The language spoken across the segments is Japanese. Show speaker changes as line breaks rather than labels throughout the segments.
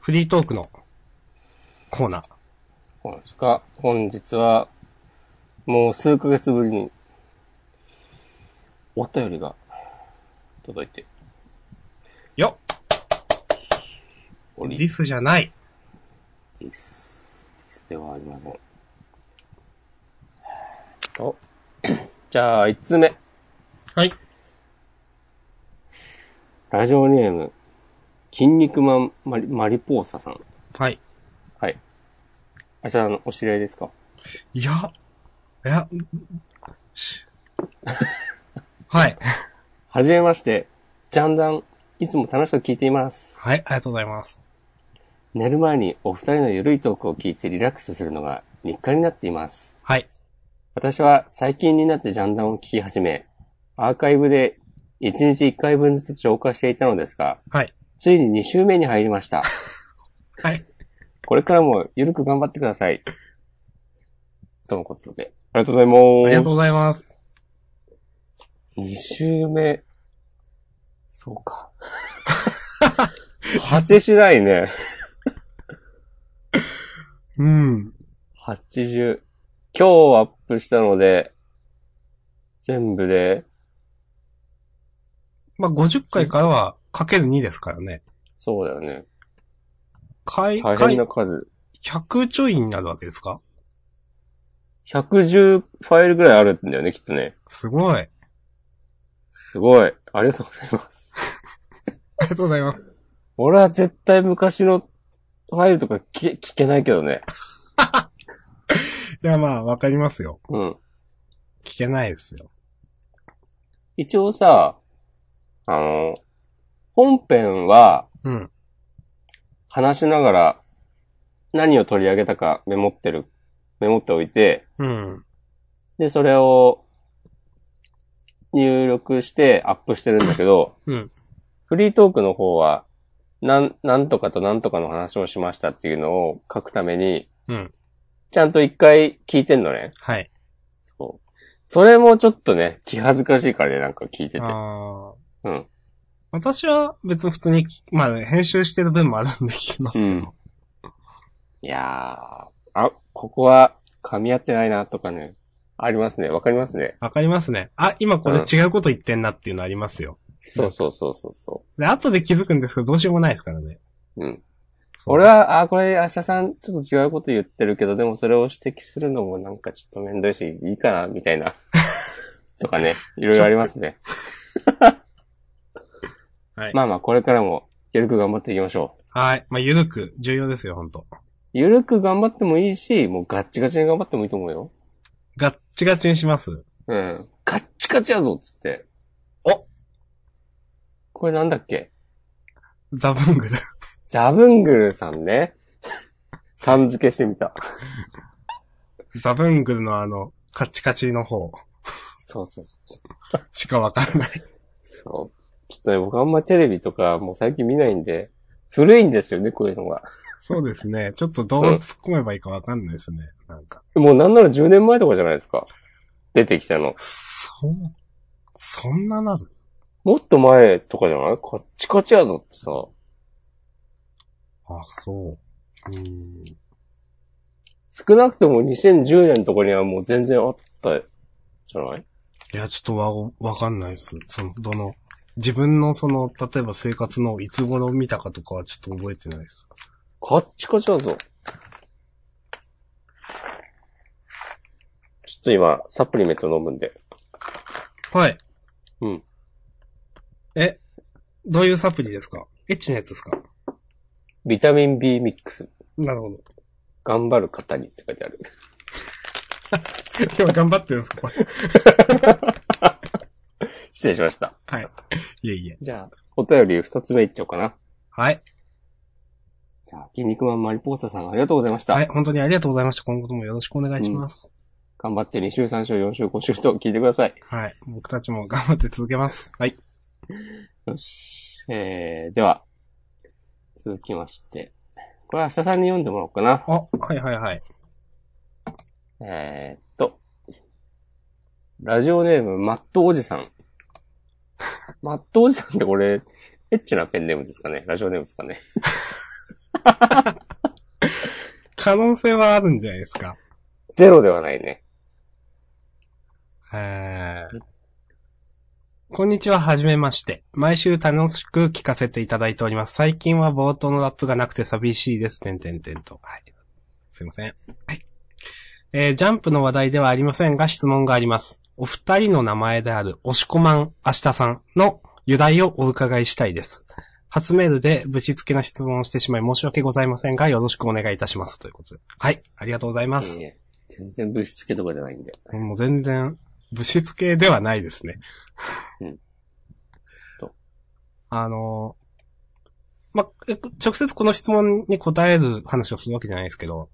フリートークのコーナー。
本日か、本日は、もう数ヶ月ぶりに、お便りが届いて
よっ
お
デ
り
ィスじゃない
です。ですではありません。と、じゃあ、1つ目。
はい。
ラジオネーム、筋肉マンマリマリポーサさん。
はい。
はい。明日のお知り合いですか
いや、いや、うんし はい。
はじめまして。ジャンダン、いつも楽しく聞いています。
はい、ありがとうございます。
寝る前にお二人のゆるいトークを聞いてリラックスするのが日課になっています。
はい。
私は最近になってジャンダンを聞き始め、アーカイブで1日1回分ずつ紹介していたのですが、
はい。
ついに2週目に入りました。
はい。
これからもゆるく頑張ってください。とのことで。ありがとうござい
ありが
ま
とうございます。
す。2週目。そ うか。果てしないね。
うん。
80。今日アップしたので、全部で、
まあ、50回からはかける2ですからね。
そうだよね。
回、
大
回
変な、数。
100ちょいになるわけですか
110ファイルぐらいあるんだよね、きっとね。
すごい。あ
すごい。ありがとうございます。
りがとうございます。
俺は絶対昔のファイルとか聞け聞けないけどね。
いや、まあ、わかりますよ。
うん。
聞けないですよ。
一応さ、あの、本編は
うん。
話しながら何を取り上げたかメモってる、メモっておいて、
うん。
で、それを入力してアップしてるんだけど、
うん。
フリートークの方は、なん、なんとかとなんとかの話をしましたっていうのを書くために、
うん。
ちゃんと一回聞いてんのね。
はい。
そう。それもちょっとね、気恥ずかしいからね、なんか聞いてて。
ああ。
うん。
私は別に普通に聞き、まあ、編集してる分もあるんで聞きますけど。
いやー、あ、ここは噛み合ってないなとかね、ありますね。わかりますね。
わ、かりますね。あ、今これ
うん
違うこと言ってんなっていうのありますよ。
そうそうそうそうそ
で、後で気づくんですけど、どうしようもないですからね。
う。うん。
そう
俺、は、あ、これ、明日さん、ちょっと違うこと言ってるけど、でもそれを指摘するのもなんかちょっとめんどいし、いいかな、みたい な。とかね、いろいろありますね。
はい。
まあまあ、これからも、ゆるく頑張っていきましょう。
はい。まあ、ゆるく、重要ですよ、本当
ゆるく頑張ってもいいし、もうガッチガチに頑張ってもいいと思うよ。
ガッチガチにします。
うん。ガッチガチやぞっつって。
お
これなんだっけ
ザブングル。
ザブングルさんね。 さん付けしてみた。
ザブングルのあの、カチカチの方
そうそうそう。
しかわからない。
そう。ちょっとね、僕あんまテレビとかもう最近見ないんで、古いんですよね、こういうのが。
そうですね。ちょっとどう突っ込めばいいかわかんないですね。なんか。
もうなんなら10年前とかじゃないですか。出てきたの。
そう。そんななる
もっと前とかじゃないカッチカチやぞってさ。
あ、そう。うん。
少なくとも2010年とかにはもう全然あったじゃない
いや、ちょっとわ、わかんないっす。その、どの、自分のその、例えば生活のいつ頃見たかとかはちょっと覚えてないです。
カッチカチだぞ。ちょっと今、サプリメント飲むんで。
はい。
うん。
え、どういうサプリですかエッチなやつですか
ビタミン B ミックス。
なるほど。
頑張る方にって書いてある。
今日頑張ってるんですかこれ
失礼しました。
はい。いえいえ。
じゃあ、お便り二つ目いっちゃおうかな。
はい。
じゃあ、筋肉マンマリポーサさんありがとうございました。
はい、本当にありがとうございました。今後ともよろしくお願いします。
頑張って2週、3週、4週、5週と聞いてください。
はい。僕たちも頑張って続けます。はい。
よし。えー、では、続きまして。これは明日さんに読んでもらおうかな。
あ、はいはいはい。
えーっと、ラジオネーム、マットおじさん。 マットおじさんってこれ、エッチなペンネームですかねラジオネームですかね
可能性はあるんじゃないですか。
ゼロではないね。
えーこんにちは、はじめまして。毎週楽しく聞かせていただいております。最近は冒頭のラップがなくて寂しいです。てんてんてんと。はい。すいません。はい。えージャンプの話題ではありませんが、質問があります。お二人の名前である、おしこまん、あしたさんの由来をお伺いしたいです。初メールでぶちつけな質問をしてしまい申し訳ございませんが、よろしくお願いいたします。ということで。はい。ありがとうございま
い
す
い。ね全然物質系とかじゃないんだよ。
もう全然、物質系ではないですね。
うんと
あの、ま、え直接この質問に答える話をするわけじゃないですけど、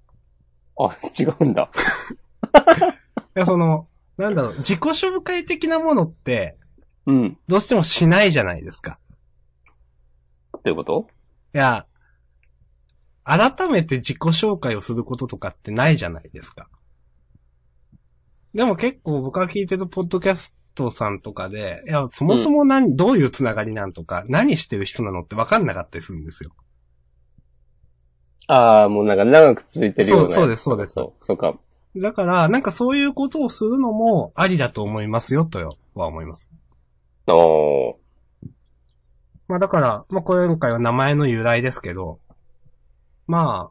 あ、違うんだ。
いや、その、なんだろう、自己紹介的なものって、
うん。
どうしてもしないじゃないですか。
ということ
いや、改めて自己紹介をすることとかってないじゃないですか。でも結構僕が聞いてるポッドキャストさんとかで、いや、そもそも何、どういうつながりなんとか、何してる人なのって分かんなかったりするんですよ。
ああ、もうなんか長く続いてるような。
そうそうですそうです
そう。そうか。
だから、なんかそういうことをするのもありだと思いますよ、とは思います。
おー。
まあだから、まあ今回は名前の由来ですけど、まあ、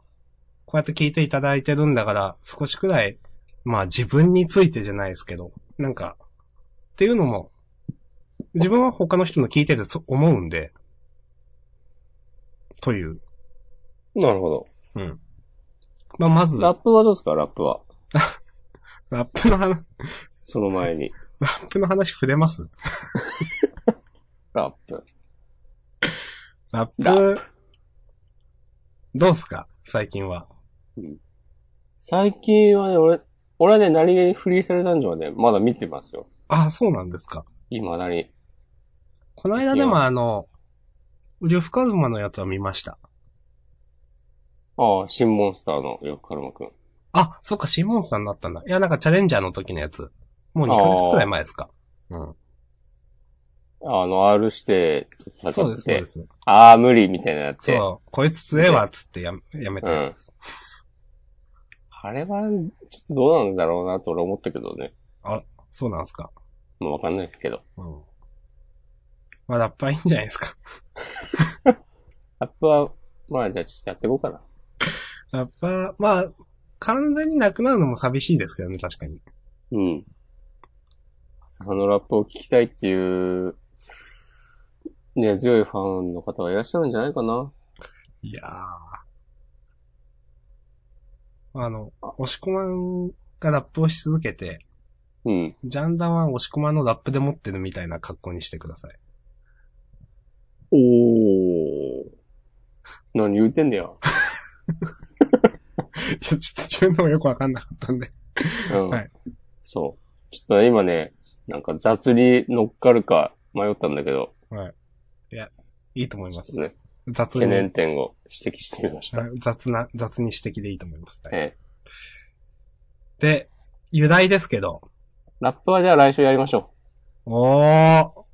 こうやって聞いていただいてるんだから、少しくらい、まあ自分についてじゃないですけど、なんか、っていうのも、自分は他の人の聞いててそう思うんで、という。
なるほど。
まあまず、
ラ
ラ
ップはどうですかラップは。
ップの話、
その前に。
ラップの話触れます
ラップ。
ラップ、
ラ
どうっすか最近は。
最近はね、俺、俺はね、何気にフリースタイルダンジョンはね、まだ見てますよ。
ああ、そうなんですか。
今だに。
この間でもあの、ウリュフカズマのやつは見ました。
ああ、新モンスターのよくカルマくん。
あ、そっか、シモンさんだったんだ。いや、なんかチャレンジャーの時のやつ。もう2ヶ月くらい前ですか。うん。
あの、R して、戦ってて
そうです、そうです。
ああ、無理みたいなのやって。
そう、こいつ強えわ、つってややめたやつです。
あれは、ちょっとどうなんだろうなと俺思ったけどね。
そうなんですか。
もうわかんないですけど。
うん。まあ、ラップはいいんじゃないですか。
ラップは、まあじゃあちょっとやっていこうかな。
ラップは、まあ、完全になくなるのも寂しいですけどね、確かに。
うん。そのラップを聞きたいっていう、ね、強いファンの方がいらっしゃるんじゃないかな。
いやー。あの、押し込まんがラップをし続けて、
うん。
ジャンダンは押し込まんのラップで持ってるみたいな格好にしてください。
おー。何言うてんだよ。
いや、ちょっと自分でもよくわかんなかったんで。
うん。
はい
そう。ちょっとね、今ね、なんか雑に乗っかるか迷ったんだけど、
いいと思い
ちょ
ま
っ
す
と。ね、
雑
懸
に、
念点を指摘してみました。
はい雑な、雑に指摘でいいと思います。はい
ええ
で、由来ですけど、
ラップはじゃあ来週やりましょ
おー、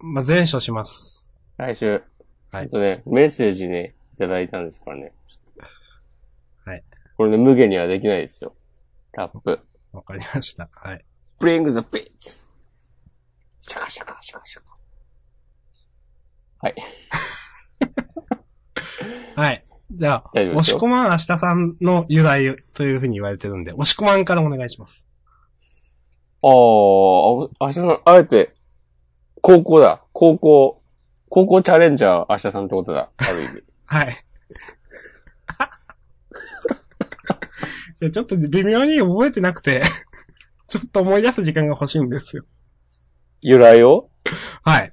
まあ、前書します。
う。来週。
はい
ちょっとね、メッセージね、いただいたんですからね。
はい。
これね、無限にはできないですよ。ラップ。
わかりました。はい。
Bring the beat! シャカシャカシャカシャカ。
はい。じゃあ、
大丈夫で
押
す
し
よ
込まん明日さんの由来というふうに言われてるんで、押し込まんからお願いします。
ああ、明日さん、あえて、高校だ。高校、高校チャレンジャー明日さんってことだ。ある意 味。
はい。いや、ちょっと微妙に覚えてなくて、 ちょっと思い出す時間が欲しいんですよ。
由来を
はい。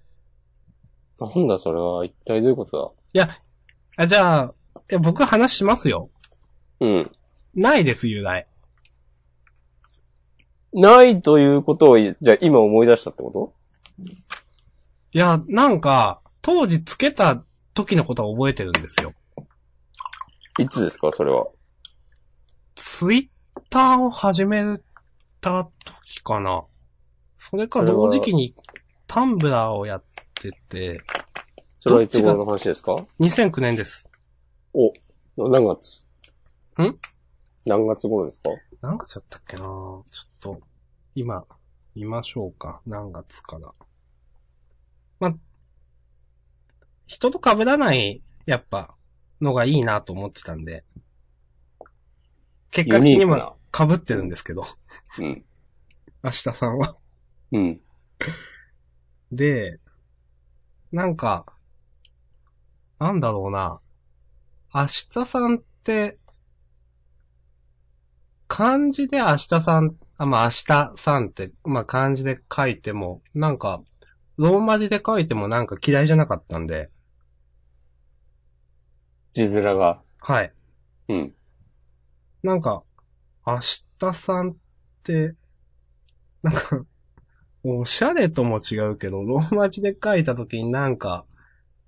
なんだそれは、一体どういうこと
あ、じゃあ、いや僕話しますよ。
だうん。
ないです、由来。
ないということを、じゃあ今思い出したってこと
いや、なんか、当時つけた時のことは覚えてるんですよ。
いつですかそれは。
ツイッターを始めた時かな。それか
それは
同時期にタンブラーをやってて、
それはいつ頃の話ですか
2009年です。
お。何月
ん
何月頃ですか
何月だったっけなちょっと、今、見ましょうか。何月から。まあ、人と被らない、やっぱ、のがいいなと思ってたんで。結
ユ
果的
ニ
に
ーク
は
な。
被ってるんですけど、
うん。
明日さんは。
うん。
で、なんか、なんだろうな。明日さんって、漢字で明日さん、あ、まあ明日さんって、まあ漢字で書いても、なんか、ローマ字で書いてもなんか嫌いじゃなかったんで、
字面が。
はい。
うん。
なんか、明日さんって、なんか、おしゃれとも違うけど、ローマ字で書いた時になんか、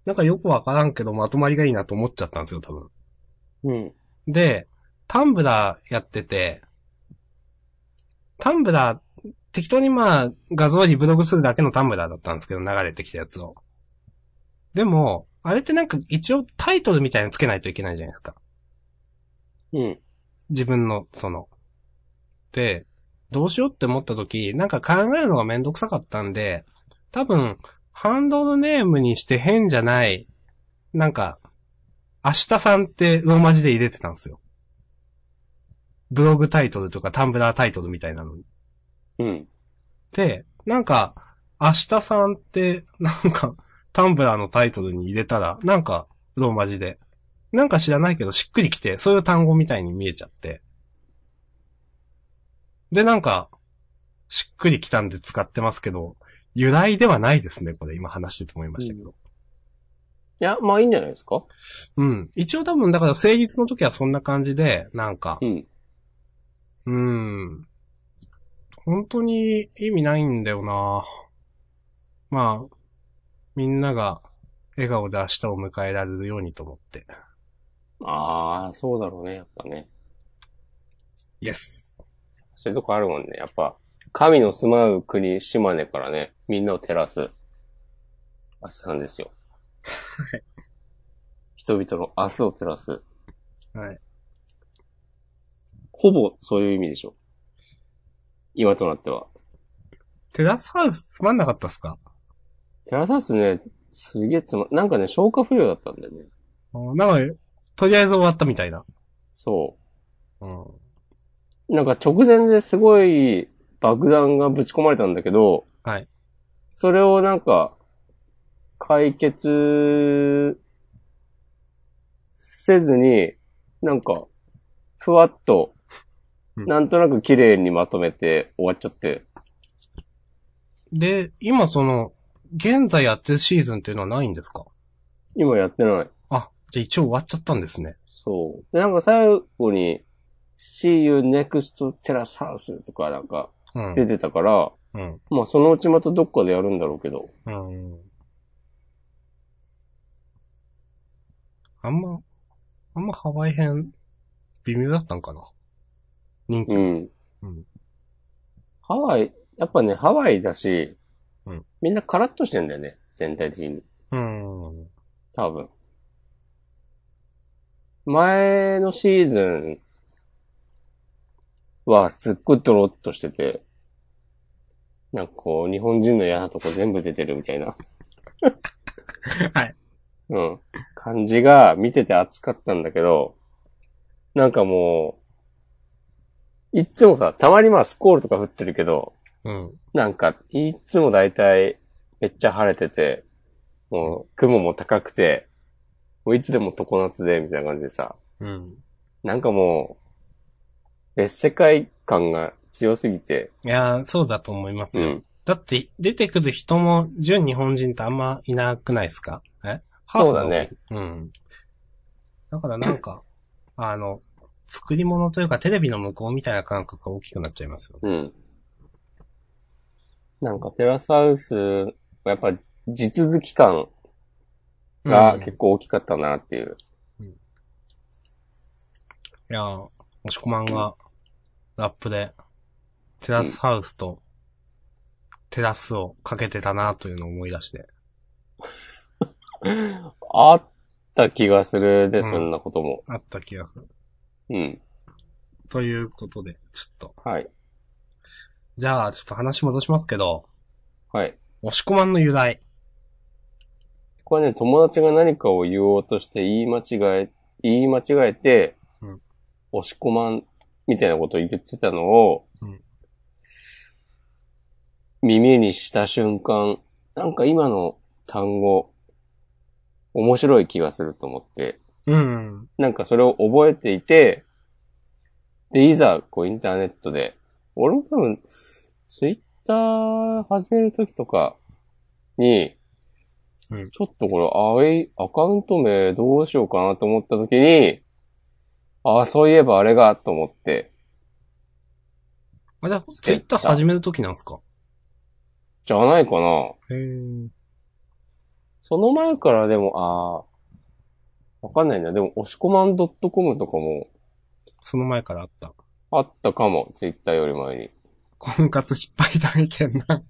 なんかよくわからんけど、まとまりがいいなと思っちゃったんですよ、多分。
うん。
で、タンブラーやってて、タンブラー、適当にまあ、画像にブログするだけのタンブラーだったんですけど、流れてきたやつを。でも、あれってなんか一応タイトルみたいにつけないといけないじゃないですか。
うん。
自分の、その。で、どうしようって思った時、なんか考えるのがめんどくさかったんで、多分、ハンドルネームにして変じゃない、なんか、明日さんってローマ字で入れてたんですよ。ブログタイトルとかタンブラータイトルみたいなのに。
うん。
で、なんか、明日さんって、なんか、タンブラーのタイトルに入れたら、なんか、ローマ字で。なんか知らないけど、しっくりきて、そういう単語みたいに見えちゃって。で、なんか、しっくりきたんで使ってますけど、由来ではないですね、これ、今話してて思いましたけど。
いや、まあいいんじゃないですか
うん。一応多分、だから成立の時はそんな感じで、なんか、
うん。
うーん。本当に意味ないんだよなまあ、みんなが笑顔で明日を迎えられるようにと思って。
ああ、そうだろうね、やっぱね。
イエス。
そういうとこあるもんね。やっぱ、神の住まう国、島根からね、みんなを照らす、明日さんですよ。 人々の明日を照らす。
はい。
ほぼそういう意味でしょ。今となっては。
テラスハウスつまんなかったっすか
テラサスね、すげえつま、なんかね、消化不良だったんだよね。
あなんか、とりあえず終わったみたいな。
そ
うん。
う。なんか直前ですごい爆弾がぶち込まれたんだけど、
はい。
それをなんか、解決せずに、なんか、ふわっと、
うん
なんとなく綺麗にまとめて終わっちゃって、
で、今その、現在やってるシーズンっていうのはないんですか
今やってない。
あ、じゃあ一応終わっちゃったんですね。
そう。で、なんか最後に、See you next terrace house とかなんか
うん。
出てたから、
うん。
まあそのうちまたどっかでやるんだろうけど。
うん。あんま、あんまハワイ編、微妙だったんかな人気。
うん。
うん
ハワイ、やっぱね、ハワイだし、
うん
みんなカラッとしてんだよね、全体的に。
うん。
多分。前のシーズンはすっごいドロッとしてて、なんかこう、日本人の嫌なとこ全部出てるみたいな。
はい。
うん。感じが見てて熱かったんだけど、なんかもう、いっつもさ、たまにまあスコールとか降ってるけど、
うん。
なんか、いっつもだいたいめっちゃ晴れてて、もう雲も高くて、もういつでも常夏で、みたいな感じでさ、
うん。
なんかもう、別世界感が強すぎて、
いやー、そうだと思います
う
よ。
ん。
だって、出てくる人も、純日本人ってあんまいなくないですかえ
そうだね。
ハーフが多いうん。だからなんか、あの、作り物というかテレビの向こうみたいな感覚が大きくなっちゃいますよね。
うん。なんかテラスハウス、やっぱ地続き感が
うん
結構大きかったなっていう。
いやー、もしこまんが、ラップで、テラスハウスと、テラスをかけてたなというのを思い出して。
あった気がするで、
うん
そんなことも。
あった気がする。
うん。
ということで、ちょっと。
はい。
じゃあ、ちょっと話戻しますけど、
はい。
押し込まんの由来。
これね、友達が何かを言おうとして言い間違え、言い間違えて、
うん
押し込まん、みたいなことを言ってたのを、
うん
耳にした瞬間、なんか今の単語、面白い気がすると思って、
うん。
なんかそれを覚えていて、で、いざ、こうインターネットで、俺も多分、ツイッター始めるときとかに、
うん
ちょっとこれ、アウェイ、アカウント名どうしようかなと思ったときに、ああ、そういえばあれが、と思って、
あ、じゃあ、ツイッター始めるときなんですか
じゃないかな。
へー
その前からでも、ああ、わかんないな。でも、押し込まん .com とかも
その前からあった。
あったかも、ツイッターより前に。
婚活失敗体験な。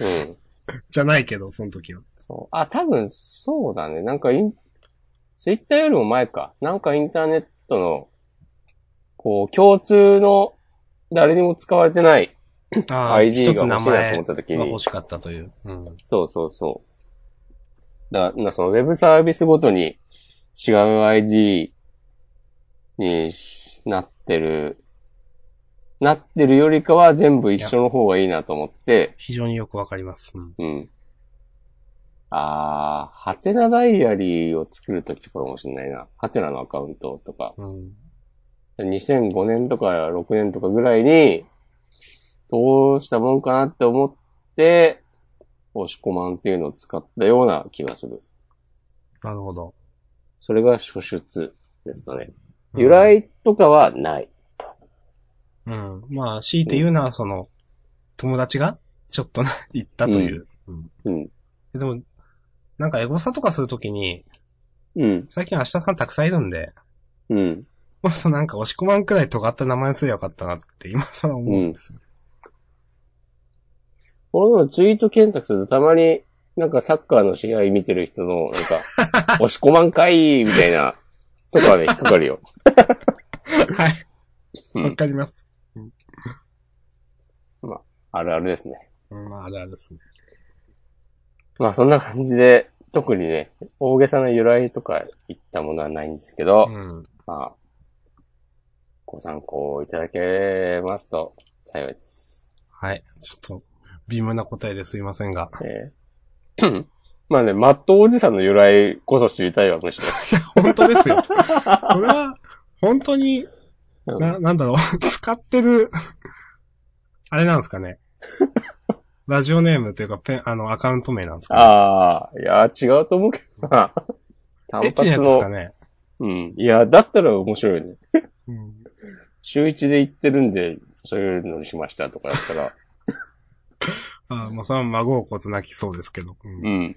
うん。
じゃないけど、その時は。
そう。あ、多分、そうだね。なんかイン、ツイッターよりも前か。なんかインターネットの、こう、共通の、誰にも使われてない
ああ、
ID
一つ
が
名
欲しいなと
前
思
が
った時に
欲。しかったという。うん。
そうそうそう。だから、そのウェブサービスごとに違う ID になってる、なってるよりかは全部一緒の方がいいなと思って、
非常によくわかります。うん。
うん。あー、ハテナダイアリーを作るときとかかもしれないな。ハテナのアカウントとか。
うん。
2005年とか6年とかぐらいに、どうしたもんかなって思って、押し込まんっていうのを使ったような気がする。
なるほど。
それが初出ですかね。
うん
由来とかはない。
うん。まあ、強いて言うなら、その、友達が、ちょっとな、行ったという。うん。
うん。
でも、なんかエゴサとかするときに、
うん。
最近明日さんたくさんいるんで、
うん。
もっとなんか押し込まんくらい尖った名前にすればよかったなって、今更思うんですよ。
俺のツイート検索するとたまに、なんかサッカーの試合見てる人の、なん か、押し込まんかいみたいな、とかね、引っかかるよ。
はい。
うん
わかります。
あるあるですね。
うん、まあ、あれあれですね。
まあそんな感じで、特にね、大げさな由来とか言ったものはないんですけど、
うん。
まあ、ご参考いただけますと幸いです。
はい。ちょっと、微妙な答えですいませんが。
えー まあね、マットおじさんの由来こそ知りたいわ、むし
本当です よ。それは、本当に、
ろ。
な、なんだろう、 使ってる、あれなんですか ね。ラジオネームというか、ペン、あの、アカウント名なんですかね。
ああ、いや、違うと思うけどな。単
エッチなや
発
つですか
の。
ね。
うん。いや、だったら面白いよね。
うん
週一で行ってるんで、そういうのにしましたとかだったら。
あもうそれは孫をこつなきそうですけど。 うん
うん。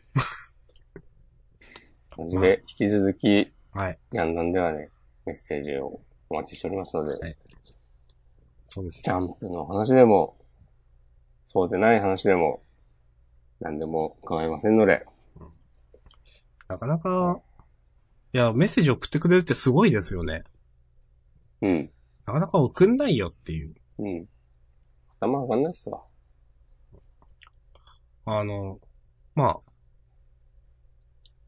感じで、引き続き、
はい。
ジャンダンではね、メッセージをお待ちしておりますので、
はいそうです
ジ。ャンプの話でも、そうでない話でも、何でも構いませんので、
なかなか、いや、メッセージ送ってくれるってすごいですよね。
うん。
なかなか送んないよっていう。
うん。頭上がんないっすわ。
あの、まあ、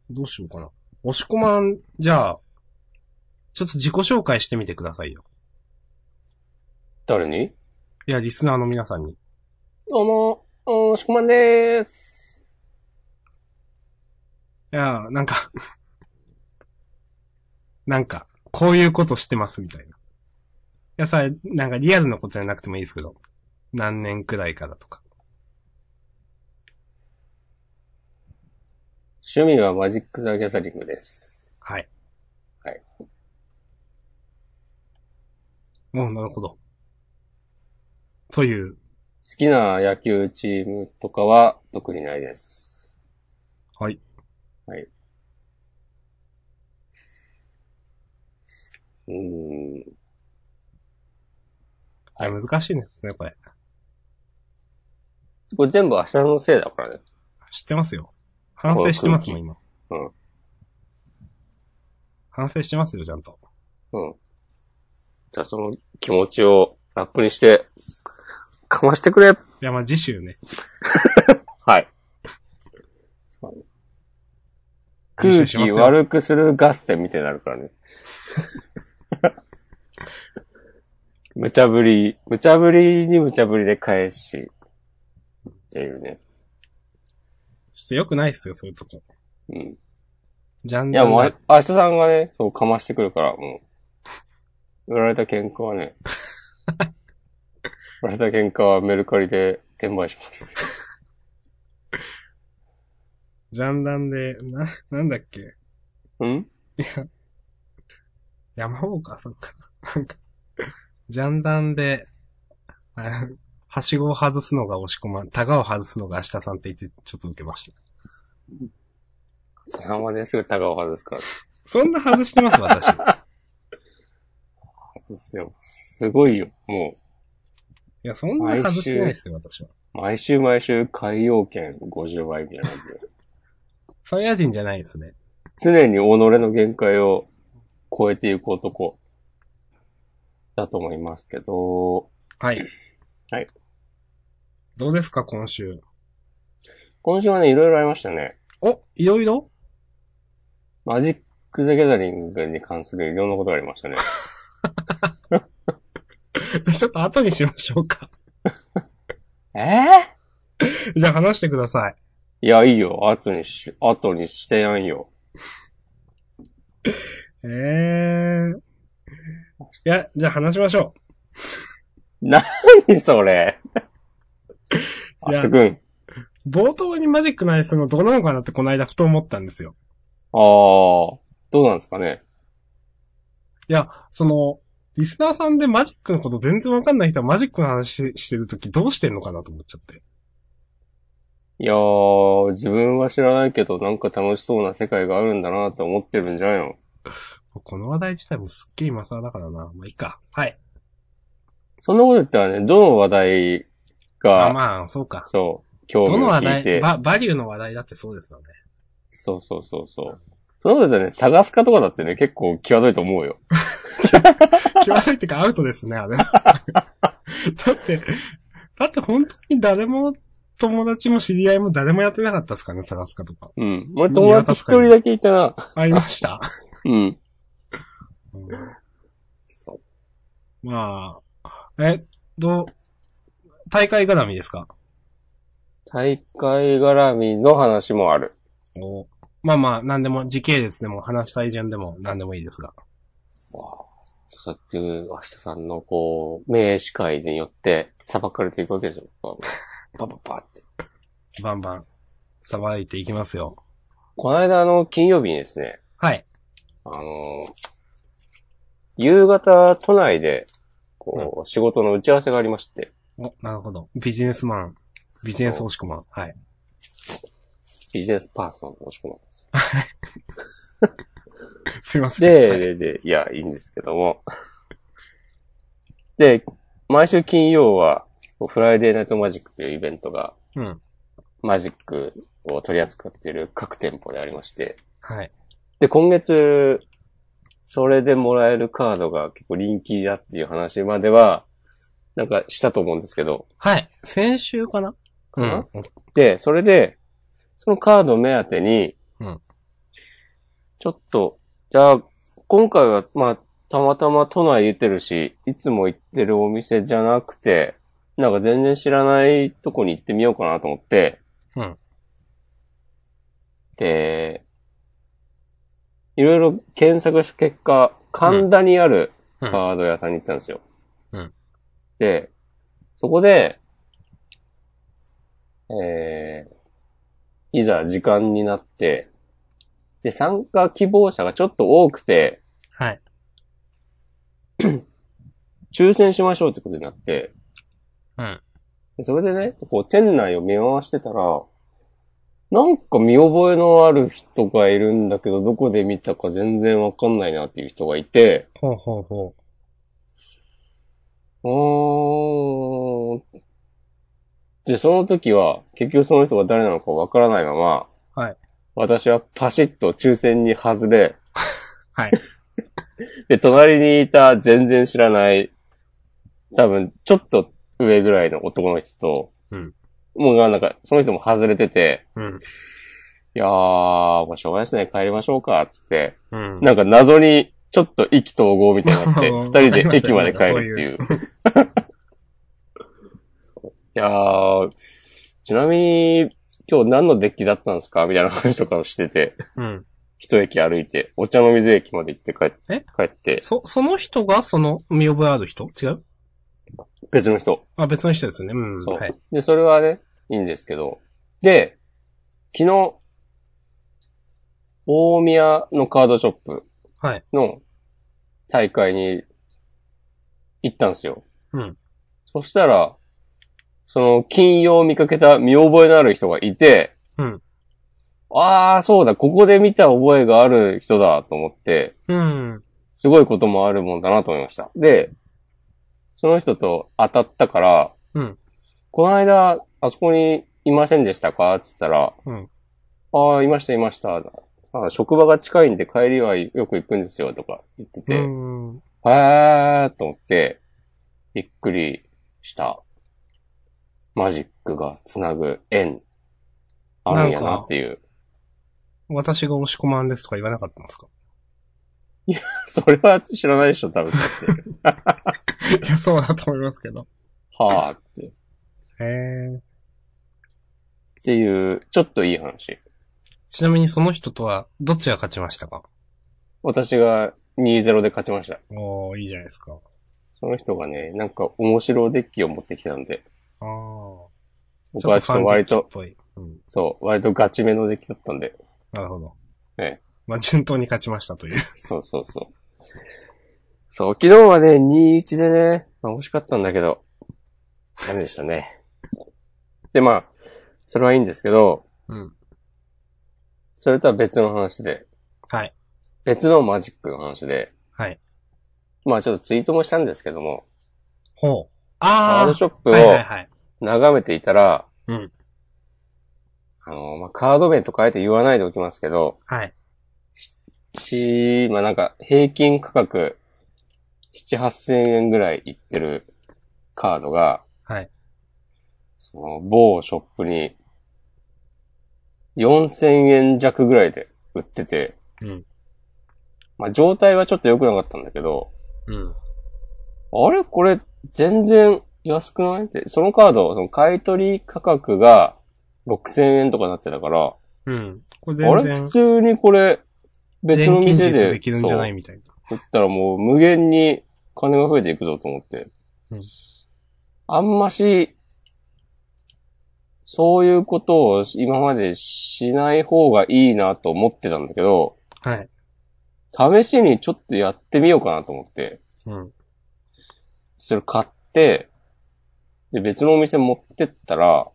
どうしようかな。押し込まん、じゃあ、ちょっと自己紹介してみてくださいよ。
誰に
いや、リスナーの皆さんに。
どうも、おーしこまんでーす。
いや、なんか、なんか、こういうことしてますみたいな。いやさ、なんかリアルなことじゃなくてもいいですけど、何年くらいからとか。
趣味はマジック・ザ・ギャザリングです。
はい。
はい。
おなるほど。という、
好きな野球チームとかは特にないです。
はい。
はい。うーん。
あ難しいですね、これ。
これ全部明日のせいだからね。
知ってますよ。反省してますもん、今。反省してますよ、ちゃんと。
うん。じゃあその気持ちをラップにして、かましてくれ
いや、まあ、次週ね。
はい。空
自習しま
気
すよ
悪くする合戦みたいになるからね。 無茶ぶり、無茶ぶりに無茶ぶりで返し、っていうね。
ちょっと良くないっすよ、そういうとこ。
うん。
ジャン
い
ダ
や、
ン
もう
は
あ、明日さんがね、そう、かましてくるから、もう。売られた喧嘩はね、売られた喧嘩はメルカリで転売します。
ジャンダンで、な、なんだっけ。
うん
山方か、そっか。なんか、ジャンダンで、あはしごを外すのが押し込まん、タガを外すのが明日さんって言って、ちょっと受けました。
明日さんはね、すぐタガを外すから。
そんな外してます、私。い
外すよ。すごいよ。も
や、そんな外してないっすよ、私は。
う、毎週毎週海洋券50倍みたいな感じで。
サイヤ人じゃないですね。
常に己の限界を超えていく男だと思いますけど、
はい。
はい。
どうですか、今週。
今週はね、いろいろありましたね。
お、いろいろ
マジック・ザ・ギャザリングに関するいろんなことがありましたね。
ちょっと後にしましょうか。
え
じゃあ話してください。
いや、いいよ。後にし、後にしてやんよ。
ええー。いや、じゃあ話しましょ
何それ。
い
あ
や
すくん。
う。冒頭にマジックの話するのどうなのかなってこの間ふと思ったんですよ。
ああ、どうなんですかね。
いや、その、リスナーさんでマジックのこと全然わかんない人はマジックの話してるときどうしてんのかなと思っちゃって。
いやー、自分は知らないけど、なんか楽しそうな世界があるんだなって思ってるんじゃないの
この話題自体もすっげえ今更だからな。まあいいか。はい。
そんなこと言ったらね、どの話題が、
あまあ、そうか。
そう、興味
ど
を
の話
聞い
題
て、
バ、バリューの話題だってそうですよね。
そうそうそうそう。そんなこと言ったらね、探すかとかだってね、結構際どいと思うよ。
際どいっていうかアウトですね、あれ。 だって、だって本当に誰も、友達も知り合いも誰もやってなかったですからね、探すかとか。
うん。俺友達一人だけいたな。
ありま した、
うん。
うん
そう
まあ、え、どう、大会絡みですか
大会絡みの話もある。
おまあまあ、なんでも、時系列でも、話したい順でも、なんでもいいですが。
そうやって、明日さんのこう、名司会によって裁かれていくわけでしょ。こうパパパって。
バンバン、さばいていきますよ。
この間あの、金曜日にですね、
はい。
あの夕方都内で、こう、仕事の打ち合わせがありまして、
お、なるほど。ビジネスマン、ビジネス押し込まん。はい。
ビジネスパーソンを押し込まれます。
すいません。
で、
はい
で、で、いや、いいんですけども。 で、毎週金曜は、こうフライデーナイトマジックというイベントが、
うん。
マジックを取り扱っている各店舗でありまして、
はい。
で、今月、それでもらえるカードが結構人気だっていう話までは、なんかしたと思うんですけど、
はい。先週かなうん。
で、それで、そのカード目当てに、
うん
ちょっと、じゃあ、今回は、まあ、たまたま都内出てるし、いつも行ってるお店じゃなくて、なんか全然知らないとこに行ってみようかなと思って、
うん
で、いろいろ検索した結果、神田にある
うん
カード屋さんに行ったんですよ。
うん
で、そこで、えー、いざ時間になって、で、参加希望者がちょっと多くて、
はい。
抽選しましょうってことになって、
うん。
でそれでね、こう、店内を見回してたら、なんか見覚えのある人がいるんだけど、どこで見たか全然わかんないなっていう人がいて、
ほうほうほ
うーん。で、その時は、結局その人が誰なのかわからないまま、
はい
私はパシッと抽選に外れ、
はい。
で、隣にいた全然知らない、多分、ちょっと上ぐらいの男の人と、
うん
もうなんか、その人も外れてて、
うん。
いやー、もうしょうがないですね、帰りましょうか、つって、
うん。
なんか謎に、ちょっと意気投合みたいに なって、
うん
二人
わかります
で駅まで帰るっていう。 そういやー、ちなみに、今日何のデッキだったんですかみたいな話とかをしてて、
うん。
一駅歩いて、お茶の水駅まで行って帰っ
え
帰って、
そ、その人がその見覚えある人違う
別の人。
あ、別の人ですね。うん。
そう
はい。
で、それはね、いいんですけど。で、昨日、大宮のカードショップ
はい
の大会に行ったんですよ。
うん
そしたら、その金曜見かけた見覚えのある人がいて、
うん
ああ、そうだ、ここで見た覚えがある人だと思って、
うん。
すごいこともあるもんだなと思いました。で、その人と当たったから、
うん
この間、あそこにいませんでしたかって言ったら、
うん
ああ、いました、いました。あ職場が近いんで帰りはよく行くんですよ、とか言って
う
て、
ん。
へーと思って、びっくりした。マジックがつなぐ縁、あるんやなっていう。
私が押し込まんですとか言わなかったんですか
それは知らないでしょ、多分。
いや、そうだと思いますけど。
はーって。
へえ。
っていう、ちょっといい話。
ちなみにその人とは、どっちが勝ちましたか
私が2-0で勝ちました。
おー、いいじゃないですか。
その人がね、なんか面白デッキを持ってきたんで、
あー。
僕はちょっと割
ちょっ
と
と、ファンデッキっぽい。うん。
そう、割とガチめのデッキだったんで、
なるほど。
ええ。
まあ、順当に勝ちましたという。
そうそうそう。そう、昨日はね、2-1でね、まあ惜しかったんだけど、ダメでしたね。で、まあ、それはいいんですけど、
うん。
それとは別の話で、
はい。
別のマジックの話で、
はい。
まあちょっとツイートもしたんですけども、
ほう。
カー
あ
ド
ー。
ショップを
はいはいはい。
眺めていたら、
うん
あの、まあ、カード名とかあえて言わないでおきますけど、
はい。
し、まあ、なんか、平均価格、7、8千円ぐらいいってるカードが、
はい。
その、某ショップに、4千円弱ぐらいで売ってて、
うん
まあ、状態はちょっと良くなかったんだけど、
うん。
あれこれ、全然安くないって、そのカード、その買い取り価格が6000円とかなってたから、
うん。これ
あ
全
れ
然
普、通にこれ、別の
全近
店
日
で、
できるんじゃない
そう
みたいな。
だったらもう無限に金が増えていくぞと思って。
うん
あんまし、そういうことを今までしない方がいいなと思ってたんだけど、
はい。
試しにちょっとやってみようかなと思って。
うん。
それ買って、で、別のお店持ってったら、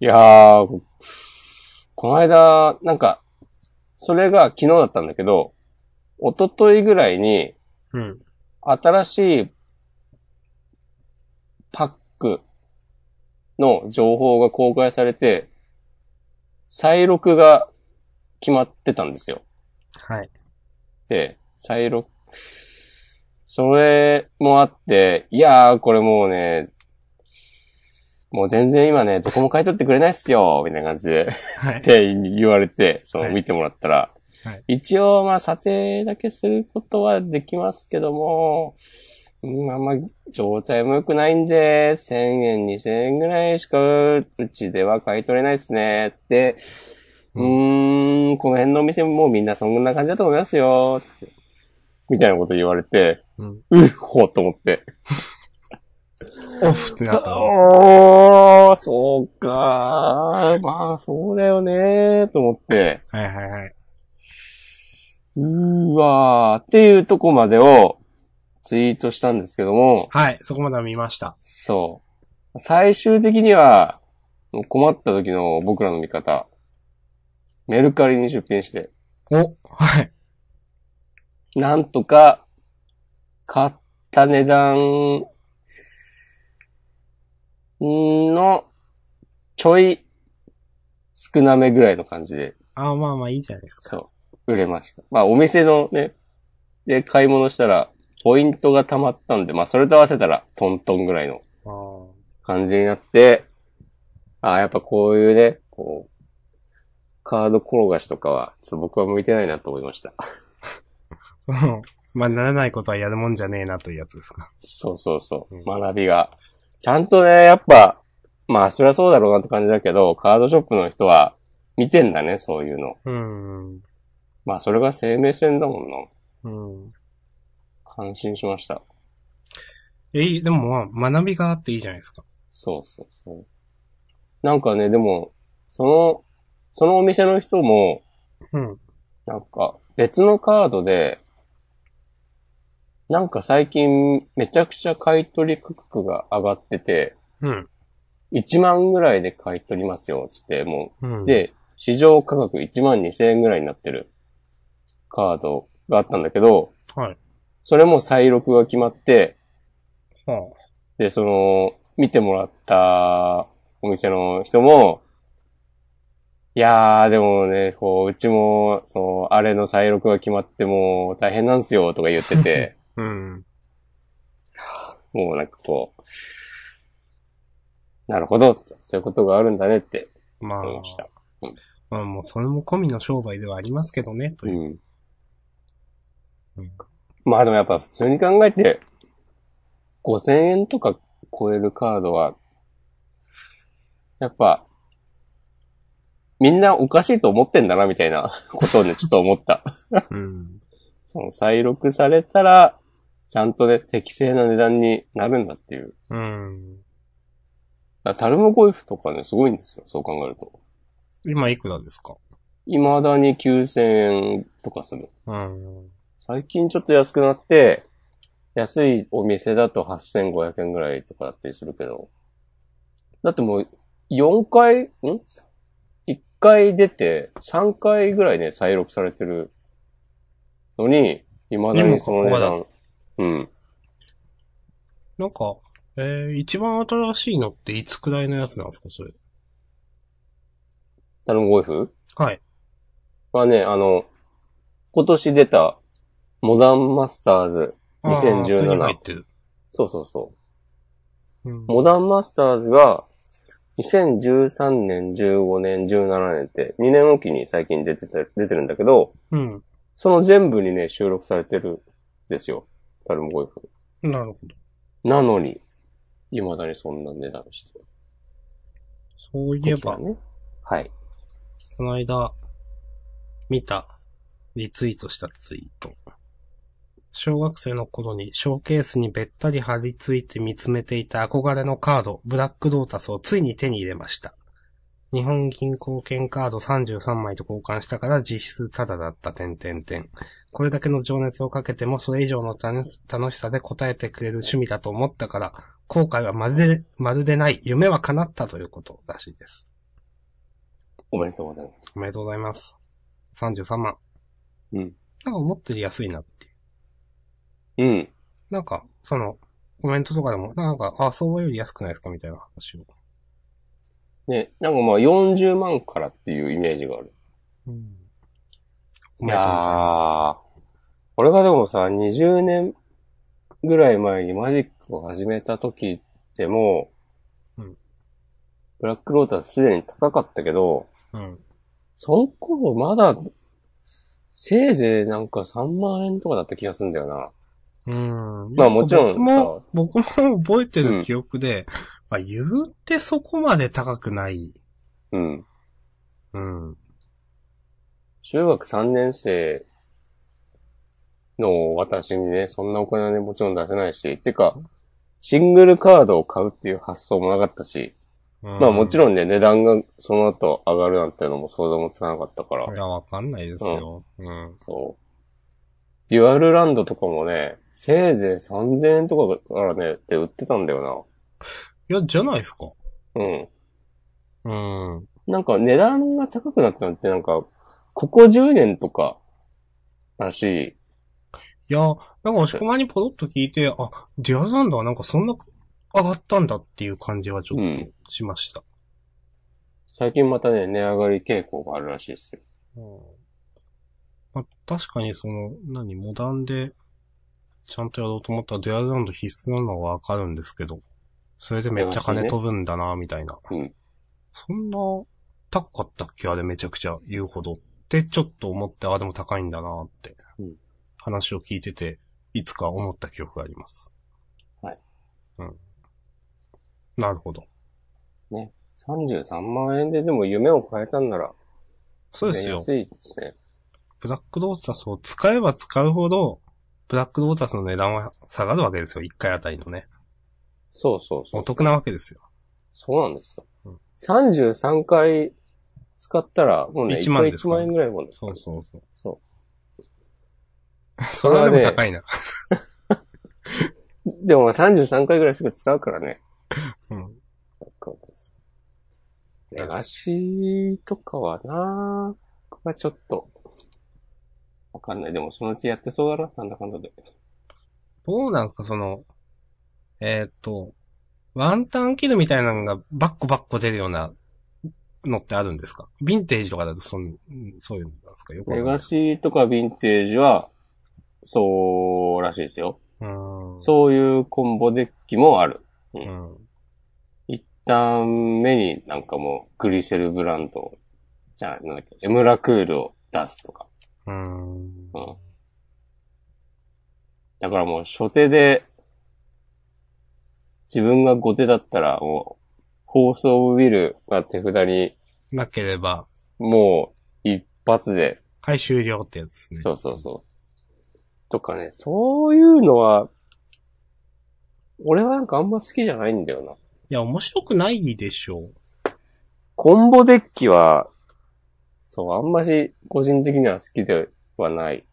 いやー、この間、なんか、それが昨日だったんだけど、一昨日ぐらいに、
うん。
新しいパックの情報が公開されて、再録が決まってたんですよ。
はい。
で、再録。それもあって、いやー、これもうね、もう全然今ね、どこも買い取ってくれないっすよ、みたいな感じで、
はい
っ。て言われて、そ
は
の
い
見てもらったら、
はい
一応、まあ、撮影だけすることはできますけども、うん、あんま状態も良くないんで、1000円、2000円ぐらいしか、うちでは買い取れないですね。って、う
う
ーん、この辺のお店ももうみんなそんな感じだと思いますよ。ってみたいなこと言われて、
うん。
うっほと思って。
オフってなったんですよ。
おー、そうかー。まあ、そうだよねー、と思って。
はいはいはい。
うーわーっていうとこまでをツイートしたんですけども、
はい。そこまでは見ました。
そう。最終的には、もう困った時の僕らの味方、メルカリに出品して、
お、はい。
なんとか、買った値段の、ちょい、少なめぐらいの感じで、
あまあまあいいじゃないですか。
そう。売れました。まあ、お店のね、で買い物したら、ポイントが溜まったんで、まあ、それと合わせたら、トントンぐらいの
あー
感じになって、ああ、やっぱこういうね、こう、カード転がしとかは、ちょっと僕は向いてないなと思いました。
そのまあ、ならないことはやるもんじゃねえなというやつですか。
そうそうそう
うん。
学びが。ちゃんとね、やっぱ、まあ、そりゃそうだろうなって感じだけど、カードショップの人は見てんだね、そういうの。
うん。
まあ、それが生命線だもんな。
うん。
感心しました。
え、でもまあ、学びがあっていいじゃないですか。
そうそうそう。なんかね、でも、その、そのお店の人も、
うん。
なんか、別のカードで、なんか最近めちゃくちゃ買い取り価格が上がってて、
うん。
1万ぐらいで買い取りますよ、つって、も
うん。
う。、で、市場価格1万2千円ぐらいになってるカードがあったんだけど、
はい。
それも再録が決まって、
はあ、
で、その、見てもらったお店の人も、いやー、でもね、こう、うちも、その、あれの再録が決まってもう大変なんですよ、とか言ってて、
うん。
もうなんかこう、なるほどって、そういうことがあるんだねって
まあ
思い、ました。
まあもうそれも込みの商売ではありますけどね、と
う
いう。
ん
うん。
まあでもやっぱ普通に考えて、5000円とか超えるカードは、やっぱ、みんなおかしいと思ってんだな、みたいなことをね、ちょっと思った。
うん。
その、再録されたら、ちゃんとね、適正な値段になるんだっていう。
うん。
だからタルムゴイフとかね、すごいんですよ、そう考えると。
今いくらですか
未だに9000円とかする。
うん。
最近ちょっと安くなって、安いお店だと8500円ぐらいとかだったりするけど、だってもう4回、ん ?1 回出て3回ぐらいね、再録されてるのに、未だにその値
にもかかわらず
段。うん。
なんか、えー、一番新しいのっていつくらいのやつなんですか、それ。
タルムゴイフ
はい。
はね、あの、今年出た、モダンマスターズ。
あー
2017
それに入ってる。
そうそうそう。
うん。
モダンマスターズが、2013年、15年、17年って、2年おきに最近出てて出てるんだけど、
うん。
その全部にね、収録されてるんですよ。タルムゴイフ。
なるほど。
なのに、未だにそんな値段してる。
そういえば、
ね。はい。
この間、見た、リツイートしたツイート。小学生の頃にショーケースにべったり貼り付いて見つめていた憧れのカード、ブラックドータスをついに手に入れました。日本銀行券カード33枚と交換したから実質タダだった、点点点。これだけの情熱をかけてもそれ以上の楽し楽しさで応えてくれる趣味だと思ったから、後悔はまるで、まるでない、夢は叶ったということらしいです。
おめでとうございます。
おめでとうございます。33万。
うん。
なんか思ったより安いなって。
うん。
なんか、その、コメントとかでも、なんか、あ、相場より安くないですかみたいな話を。
ね、なんかまあ40万からっていうイメージがある。
うん。お
い
め
や
でとうございま
ー、俺がでもさ、20年ぐらい前にマジックを始めた時ってもう、
うん
ブラックローターすでに高かったけど、
す。うん。
その頃まだ、せいぜいなんか3万円とかだった気がするんだよな。
うん。
まあもちろん
僕も、僕も覚えてる記憶で、まあ言うてそこまで高くない。
うん。
うん。
中学3年生の私にね、そんなお金はね、もちろん出せないし、てか、シングルカードを買うっていう発想もなかったし、ま
ま
あもちろんね、値段がその後上がるなんてのも想像もつかなかったから。
いや、わかんないですよ。うん。
そう。デュアルランドとかもね、せいぜい3000円とかからね、って売ってたんだよ
いや、じゃないですか。
な。うん。
うん。うん。
なんか値段が高くなったのってなんか、ここ10年とか、らしい。
いや、なんか押し込まにポロッと聞いて、あ、デュアルランドはなんかそんな上がったんだっていう感じはちょ
う
っ
ん。
としました。
最近またね、値上がり傾向があるらしいですよ。
うんまあ、確かにその、何、モダンで、ちゃんとやろうと思ったらデュアルラウンド必須なのはわかるんですけど、それでめっちゃ金飛ぶんだな、みたいな。
うん
そんな、高かったっけあれめちゃくちゃ言うほど。ってちょっと思って、あ、でも高いんだなって
うん。
話を聞いてて、いつか思った記憶があります。
はい。
うん。なるほど。
33万円ででも夢を変えたんなら、
そうですよ。
安いですね。
ブラックロータスを使えば使うほど、ブラックロータスの値段は下がるわけですよ。1回あたりのね。
そうそうそ
お
う。
得なわけですよ。
そうなんですよ。
うん
33回使ったら、もうね、
1
1
万
万
です
1
から
万円ぐらいのもんです。
そうそうそう。
そ
それはでも高いな。
う。でも33回ぐらいすぐ使うからね。
うん。
そうですレガシーとかはな僕はちょっと、わかんない。でもそのうちやってそうだな、なんだかんだで。
どうなんですか、その、えーっと、ワンタンキルみたいなのがバッコバッコ出るようなのってあるんですかヴィンテージとかだとそん、うんそういうのなんですかよくわか
レ
んない
ガシーとかヴィンテージは、そうらしいですよ。
うーん。
そういうコンボデッキもある。
う。うん。
一旦目になんかもう、グリセルブランドをじゃあ、なんだっけ、エムラクールを出すとか。
うーん。
うん。だからもう、初手で、自分が後手だったら、もう、フォースオブウィルが手札に、
なければ、
もう、一発で、
はい、終了ってやつですね。
そうそうそう。とかね、そういうのは、俺はなんかあんま好きじゃないんだよな。
いや、面白くないでしょう。
コンボデッキは、そう、あんまし、個人的には好きではない。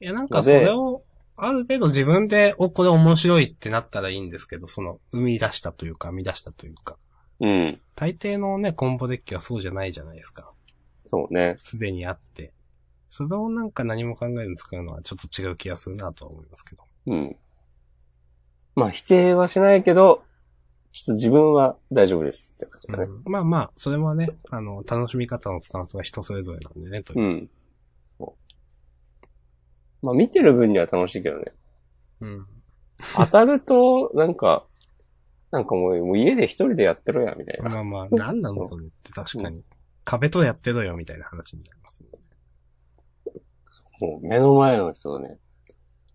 いや、なんかそれを、ある程度自分で、お、これ面白いってなったらいいんですけど、その、生み出したというか、編み出したというか。
うん。
大抵のね、コンボデッキはそうじゃないじゃないですか。
そうね。
すでにあって。それをなんか何も考えずに使うのはちょっと違う気がするなとは思いますけど。
うん。まあ、否定はしないけど、ちょっと自分は大丈夫ですって感じだね。
うんまあまあ、それはね、あの、楽しみ方のスタンスは人それぞれなんでね、というう。
ん。そうまあ、見てる分には楽しいけどね。
うん。
当たると、なんか、なんかもうもう家で一人でやってろや、みたいな。
まあまあ、なんなのそれって確かに。壁とやってろよ、みたいな話になりますね、
もう目の前の人とね、